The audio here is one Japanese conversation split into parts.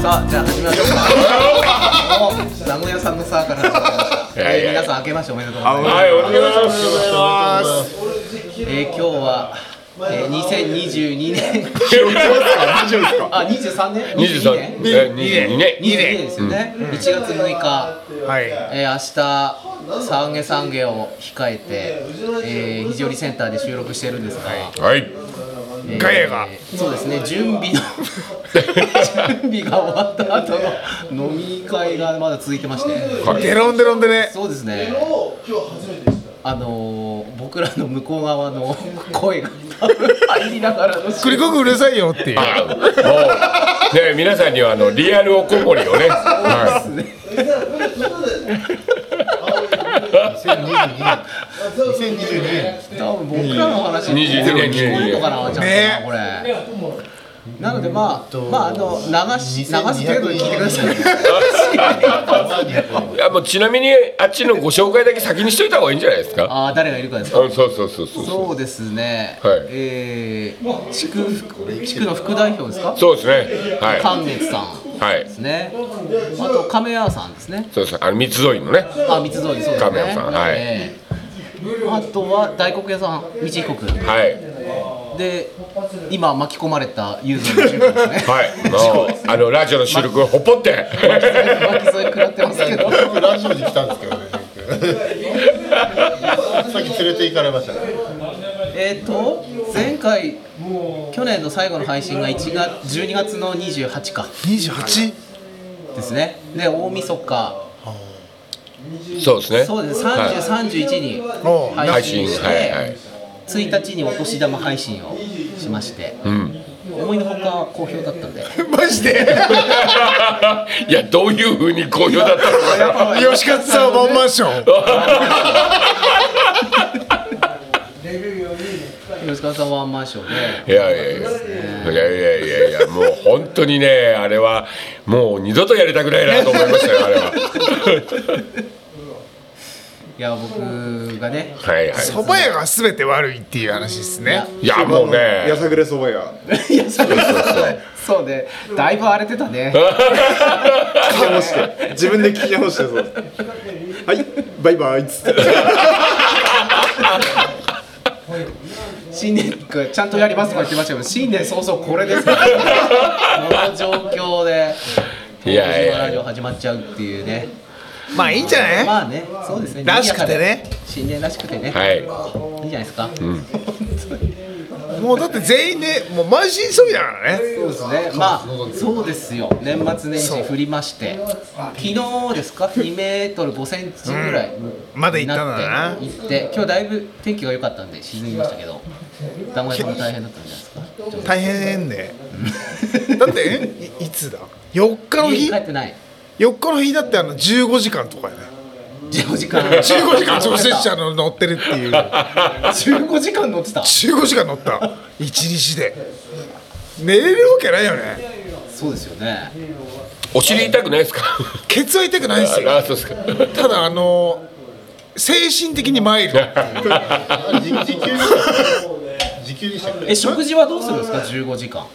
ましょうか名古屋さんのさから始まりましたいやいえやー皆さん明けましておめでとうございます、はい、お願いします。えー、今日は、えー、2022大年丈夫ですか。あ23年二十三。え、二年。 22年ですよね、1月6日、はい。えー、明日三下三下を控えて、えー、非常にセンターで収録してるんですが、はい。えーガヤがそうですね準備の準備が終わった後の飲み会がまだ続いてましてデロンデロンでね。そうですねあのー、僕らの向こう側の声が多分入りながらのクリコクうるさいよっていう。あもう、ね、皆さんにはあのリアルおこぼりをね。はそうですね2022年多分僕らの話22年聞こえるのかなちゃんとねこれ。なのでまあ、まああの流し流す程度に聞いてください。い。いや、もうちなみに、あっちのご紹介だけ先にしといた方がいいんじゃないですか。ああ誰がいるかですか。うん、そうそうそうそうそう。そうですね。はいえー、地区地区の副代表ですか。そうですね。は関月さんい。はいで。すね。あと亀屋さんですね。そうです。あの三つ沿いのね。あ、三つ沿いそうですね。亀屋さんはいええあとは大黒屋さん、道彦君。はい。で、今巻き込まれたユーザーの主婦ですね。 はい。もう、あのラジオの収録をほっぽって。巻き添え食らってますけど。僕ラジオに来たんですけどね僕さっき連れて行かれましたねえっと、前回、去年の最後の配信が1月、12月の28か二十八。ですね。で、大晦日、そうですね。そうですね、30、31におう配配信信。しはい。はてい。、 1日にお年玉配信をしまして、うん。思いのほか好評だったん で。マジで。いや、どういう風に好評だったのかな。吉勝さんワンマンション。吉川さんワンマンションで。いやいやいや。いやいやいやいや、もう本当にね、あれは。もう二度とやりたくないなと思いましたよ、あれは。 いや僕がねはいはい。蕎麦屋がすべて悪いっていう話ですね。いや、もうね。やさぐれそば屋いやそうそうそうそうねだいぶ荒れてたね聞き直して自分で聞き直してそうはいバイバイっつって新年くちゃんとやりますとか言ってましたけど新年早々これですからこの状況でいやいやラジオ始まっちゃうっていうねまあいいんじゃない。まあねそうですねらしくてね新年らしくてね、、はいい。いじゃないですか、もうだって全員ね、もう満身創痍だからね。そうですねまあそうですよ年末年始降りまして昨日ですか2メートル5センチぐらい、まだ行ったんだなって行って今日だいぶ天気が良かったんで沈みましたけど団子屋さんも大変だったんじゃないですか大変ね。だってえいいつだ。四日の家日帰。ってない四日の日だってあの十五時間とかやね。 15時間十五時間調整車の乗ってるっていう。 15時間乗ってた15時間乗った一日で寝れるわけないよねそうですよねお尻痛くないですか。 ケツは痛くないですよあ、そうですか。ただあの精神的にマイルドあ時時給にした時給にしたっけえ食事はどうするんですか15時間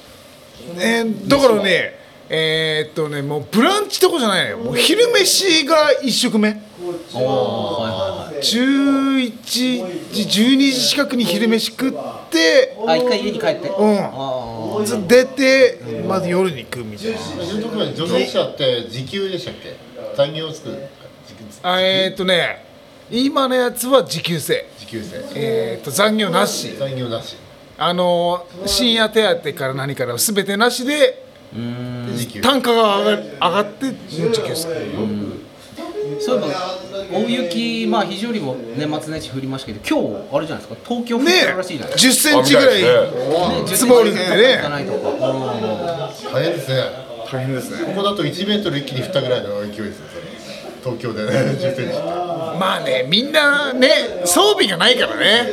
えーだからねえーっとねもうブランチとこじゃないのよもう昼飯が1食目おおはいはいはい11時12時近くに昼飯食ってあ一回家に帰ってうああんず出てまず夜に食うみたいな自分のところに女性者って時給でしたっけ残業つく時給あえーっとね今のやつは時給制時給制えーっと残業なし残業なしあの深夜手当から何から全てなしで時給単価が上が上がって時給ですそういえば大雪まあ非常にも年末年始降りましたけど今日あれじゃないですか東京降っねてえるらしいじゃないですか1 0ンチぐらいねね積もるってね行かないとかうん大変ですね大変ですこねこだと1メートル一気に振ったぐらいの勢いですよそれ東京でね10センチまあねみんなね装備がないからね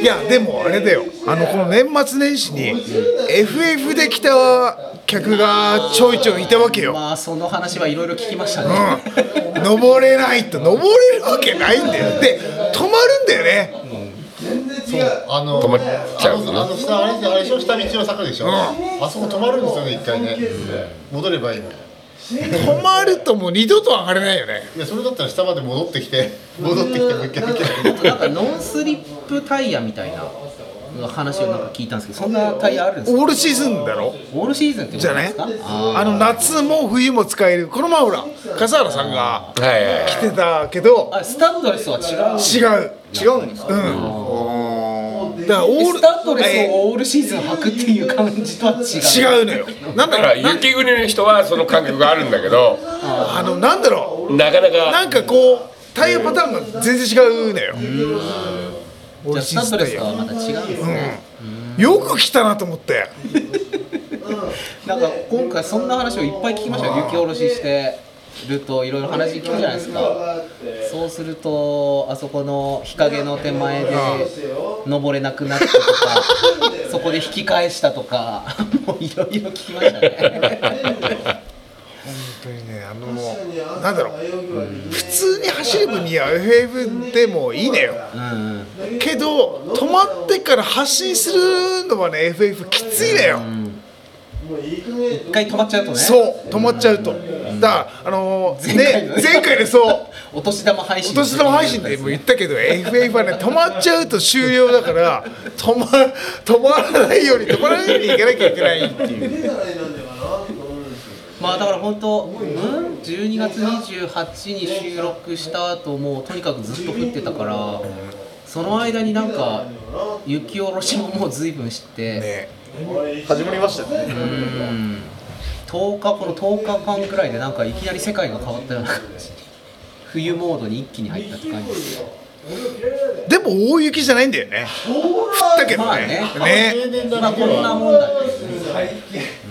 いやでもあれだよあのこの年末年始に FF で来た客がちょいちょいいたわけよ、まあその話はいろいろ聞きましたうね、ん、登れないと登れるわけないんだよで止まるんだよねそうあの止まっちゃうあのねのあの下あれあれでしょ下道の坂でしょ、あそこ止まるんですよね一回ね、戻ればいいのに止まるともう二度と上がれないよねいやそれだったら下まで戻ってきて戻ってきてもう一回もう一回 なんかノンスリップタイヤみたいな話をなんか聞いたんですけどそんなタイヤあるんですかオールシーズンだろオールシーズンってこじとゃでねすかあの夏も冬も使えるこの前ほら笠原さんがはいはいはい来てたけどあスタッドレスは違う違う違うんですか、うん、だからオーえルスタッドレスえをオールシーズン履くっていう感じとは違う違うのよなんだだからろう雪国の人はその感覚があるんだけどあのなんだろうなかななかんかこうタイヤパターンが全然違うのよ。じオーゃルあスシタッーズドンレタスイとヤはまた違うんですねよく来たなと思って。なんか今回そんな話をいっぱい聞きましたよ雪下ろししてるといろいろ話聞くじゃないですかそうするとあそこの日陰の手前で登れなくなったとかそこで引き返したとか もういろいろ聞きましたね本当にねあのなんだろう普通に走る分には FF でもいいのよ。うんけど止まってから発進するのはね FF きついのよ。一回止まっちゃうとねそう止まっちゃうと。だからあの前回ねの前回でそう。お年玉配信お年玉配信でも言ったけど FF はね止まっちゃうと終了だから止ま止まらないように止まらないようにいかなきゃいけないっていうまあだから本当、うん、12月28に収録した後もうとにかくずっと降ってたからその間になんか雪下ろしももう随分して、ね始まりましたねうん10日この10日間ぐらいでなんかいきなり世界が変わったような感じ冬モードに一気に入ったって感じですよでも大雪じゃないんだよね降ったけどまあねねね停電だまあけこんなはもんだね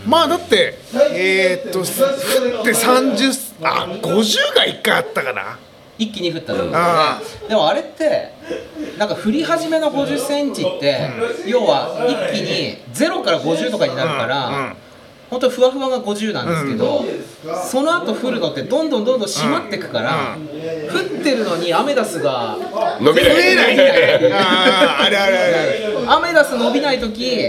まあだってえー、っと降って30あ50が1回あったかな一気に降ったのあでもあれってなんか降り始めの5 0センチって、要は一気に0から50とかになるから、うんうん本当ふわふわが50なんですけど、その後降るのってどんどんどんどん締まってくから、う降ってるのにアメダスが伸び増えないんだよないあーあれあれあれあれアメダス伸びない時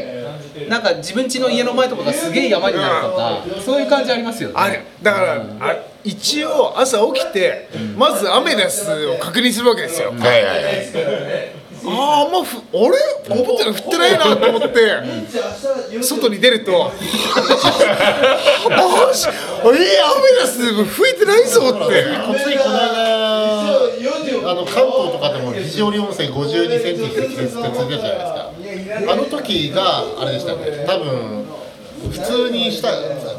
なんか自分家の家の前とかがすげえ山になるとか、そういう感じありますよね。あれだからあ一応朝起きてまずアメダスを確認するわけですよ、 はいはいはいあーあんまふあれ思ったより降ってないなと思って外に出ると あーしえー、アメダス吹いてないぞってこっちにこの間あの関東とかでも肘折温泉52センチ積雪ってついてたじゃないですかあの時があれでしたね多分普通にした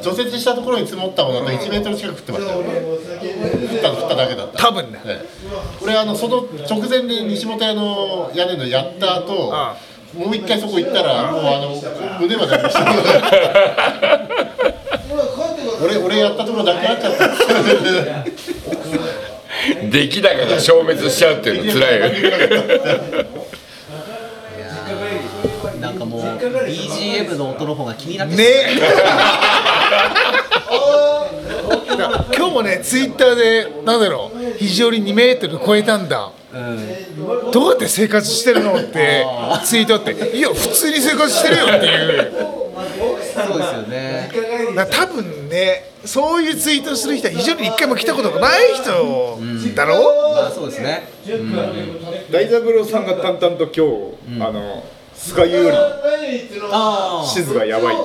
除雪したところに積もったものだと1メートル近く降ってましたよね降ったの降っただけだった多分ねね俺あのその直前で西本屋の屋根のやった後あもう一回そこ行ったらもうあの胸までありました 俺俺やったところなくなっちゃった出来高が消滅しちゃうっていうの辛いよねなんかもう BGM の音の方が気になってねだから今日もねツイッターでなんだろう非常に2メートル超えたんだどうやって生活してるのってツイートあっていや普通に生活してるよって いう。そうですよね。な多分ねそういうツイートする人は非常に一回も来たことがない人だろ、まあそうですね。大三郎さんが淡々と今日、あのスカユよりああ。シズがやばい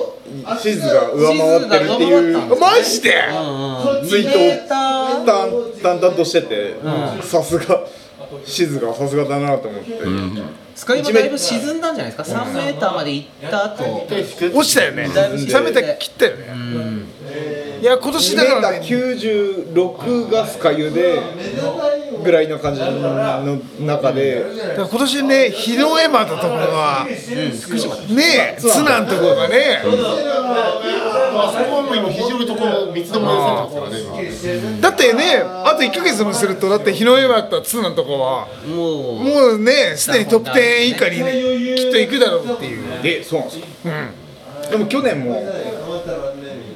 シズが上回ってるっていシズが上回ったんだうマジでツイーデートタを淡淡々としててさすがシズがさすがだなと思って、スカイもだいぶ沈んだんじゃないですか3メーターまで行った後落ちたよねだいぶ冷めた切ったよね、いや今年だから、ね、 96がスカユでぐらいの感じの中でだから今年ね日の絵またところが、ねえツナのところがね、あそこはもう今非常にところ三つどもえになってますからねだってねあと1ヶ月もするとだって日の絵またツナのところはもうもうねすでにトップ10以下に、ね、きっと行くだろうっていうえそうなんですか、でも去年も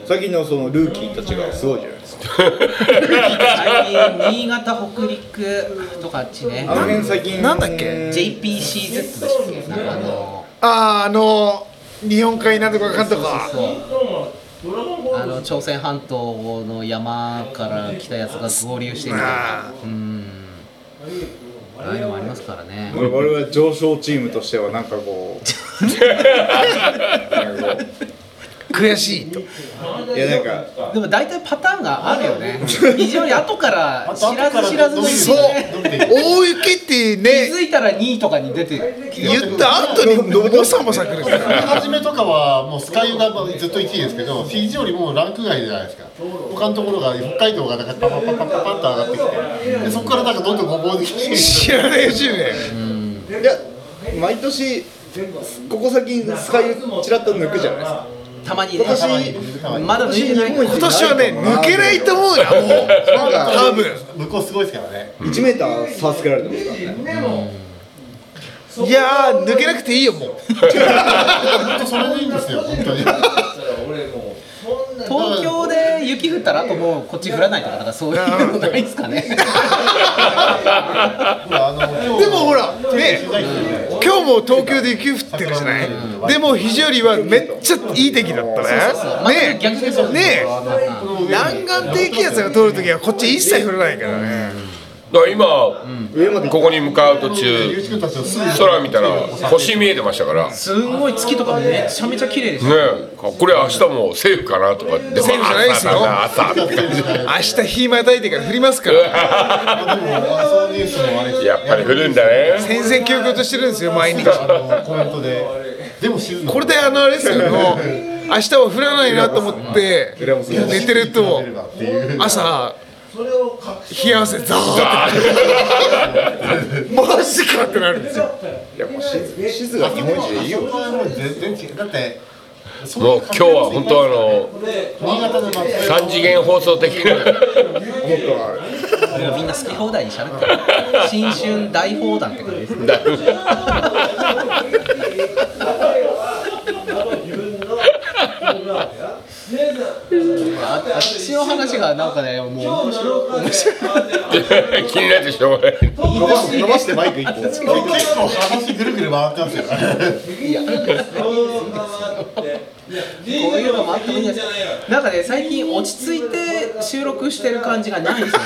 さっきのそのルーキーたちがすごいじゃないですか最近新潟北陸とかあっちねあの辺最近なんだっけ JPCZ でしたっけなんかあのあーあの日本海なんとかかんとかそうあの朝鮮半島の山から来たやつが合流してみたいなあうんああいうのもありますからね我々は上昇チームとしてはなんかこうなんかこ悔しいとういやなんかでも大体パターンがあるよね非常に後から知らず知らずのうちそうにね大雪って気ねづいたら2位とかに出て言った後にもさもさくるから初めとかはもうスカイがずっと1位ですけど非常にもうランク外じゃないですか他のところが北海道がなんかパパパパパパッと上がってきてでそこからなんかどんどんごぼうできて知らないうちにねいや毎年ここ最近スカイチラッと抜くじゃないですかたまにね今たま年にたまにまだ抜いてない今今年はね抜けないと思うよもうなんか多分向こうすごいですからね1メーター差つけられてますからねいやー抜けなくていいよもう本当それでいいんですよ本当に東京で雪降ったらあともうこっち降らないとかなんかそういうのないですかねあの今日でもほらね取材来てるじゃないですか今日も東京で雪降ってるじゃないでも肘よりはめっちゃいい天気だったねね逆にそうね南岸低気圧が通るときはこっち一切降らないからねだから今、ここに向かう途ゆ中うちくんたちのすぐ空見たら星見えてましたからねすんごい月とかめちゃめちゃ綺麗でしたえこれ明日もセーフかなとかってセーフじゃないですよ朝って感じ明日日またいてから降りますからでもあそうニュースもあれやっぱり降るんだね戦々恐々としてるんですよ毎日あのコメントででも静かこれであのあれですよもう明日は降らないなと思って寝てるとっていう朝冷や汗ザーって マジかってなるんですよいやもう静静が日本一でいいよそこはもう全然違うだってもう今日は本当あの新潟の松江三次元放送的な もっとあるもうみんな好き放題にしゃべって る新春大放談って感じです ねああっちの話がなんかねもう面白い面白い気になってしょうがない伸ばして伸ばしてマイク一本結構話ぐるぐる回ってますよいや、いいですよこういうのもあってもいいんじゃないですか。なんかね、最近落ち着いて収録してる感じがないです よね。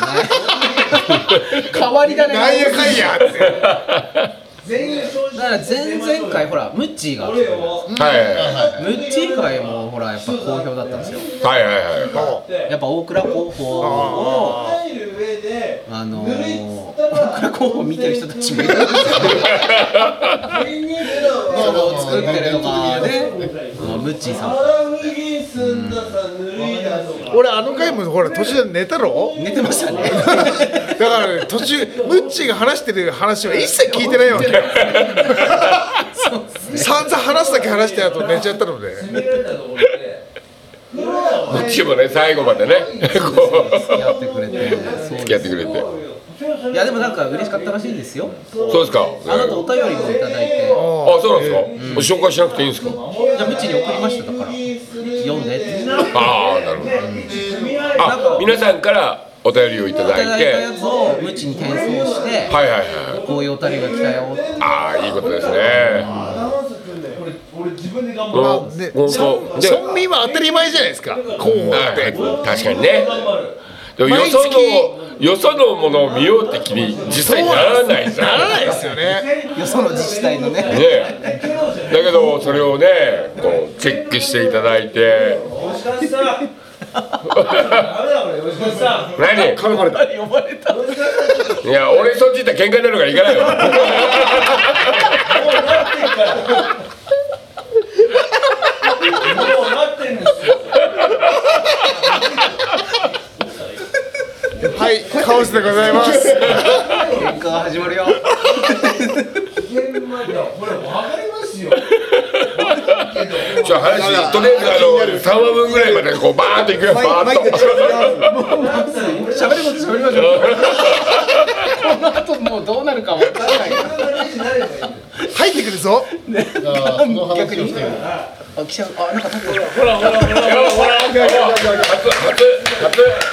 変わり種ながんやね。かんやってだから前々回ほらムッチーがムッはいはチー会もほらやっぱ好評だったんですよ。いはいはいはやっぱ大倉候補をあのー、大倉候補見てる人たちもいるんですよ。それを作ってるのがね、ムッチーさん。俺あの回もほら途中で寝たろ寝てましたね。だからね途中ムッチーが話してる話は一切聞いてな いわけよ散々話すだけ話してあと寝ちゃったのでいこっちもね最後までねこやってくれて、そううでやっすてくれていやでもなんか嬉しかったらしいですよ。そうですかあなたお便りもいただいて、あそうなんですか紹介しなくていいんですかじゃあムチに送りましただから読んでって。ああなるほどあ皆さんからお便りをいたいただだいいてたやつをムチに転送して、はいはいはいこういうお便りが来たよ。ああいいことですねもうね本当で村民は当たり前じゃないですか候補はっいて確かにねでもよ毎そ月のよそのものを見ようって気に実際ならないじゃならないねですよねよその自治体のね。えだけどそれをねこうチェックしていただいて何噛まれた呼ばれた。いや俺そっち行ったら喧嘩になるから行かないよはいカオスでございます喧嘩が始まるよ。ちょ話とりあえずあの三話分ぐらいまでこうバーッと行くよバーマイックと近づけます喋ること喋りまし ょう。この後もうどうなるかわからない。早入ってくるぞあーその話をしてるあ、記者、あ、なんか立ってる。ほらほらほらほらほら初初初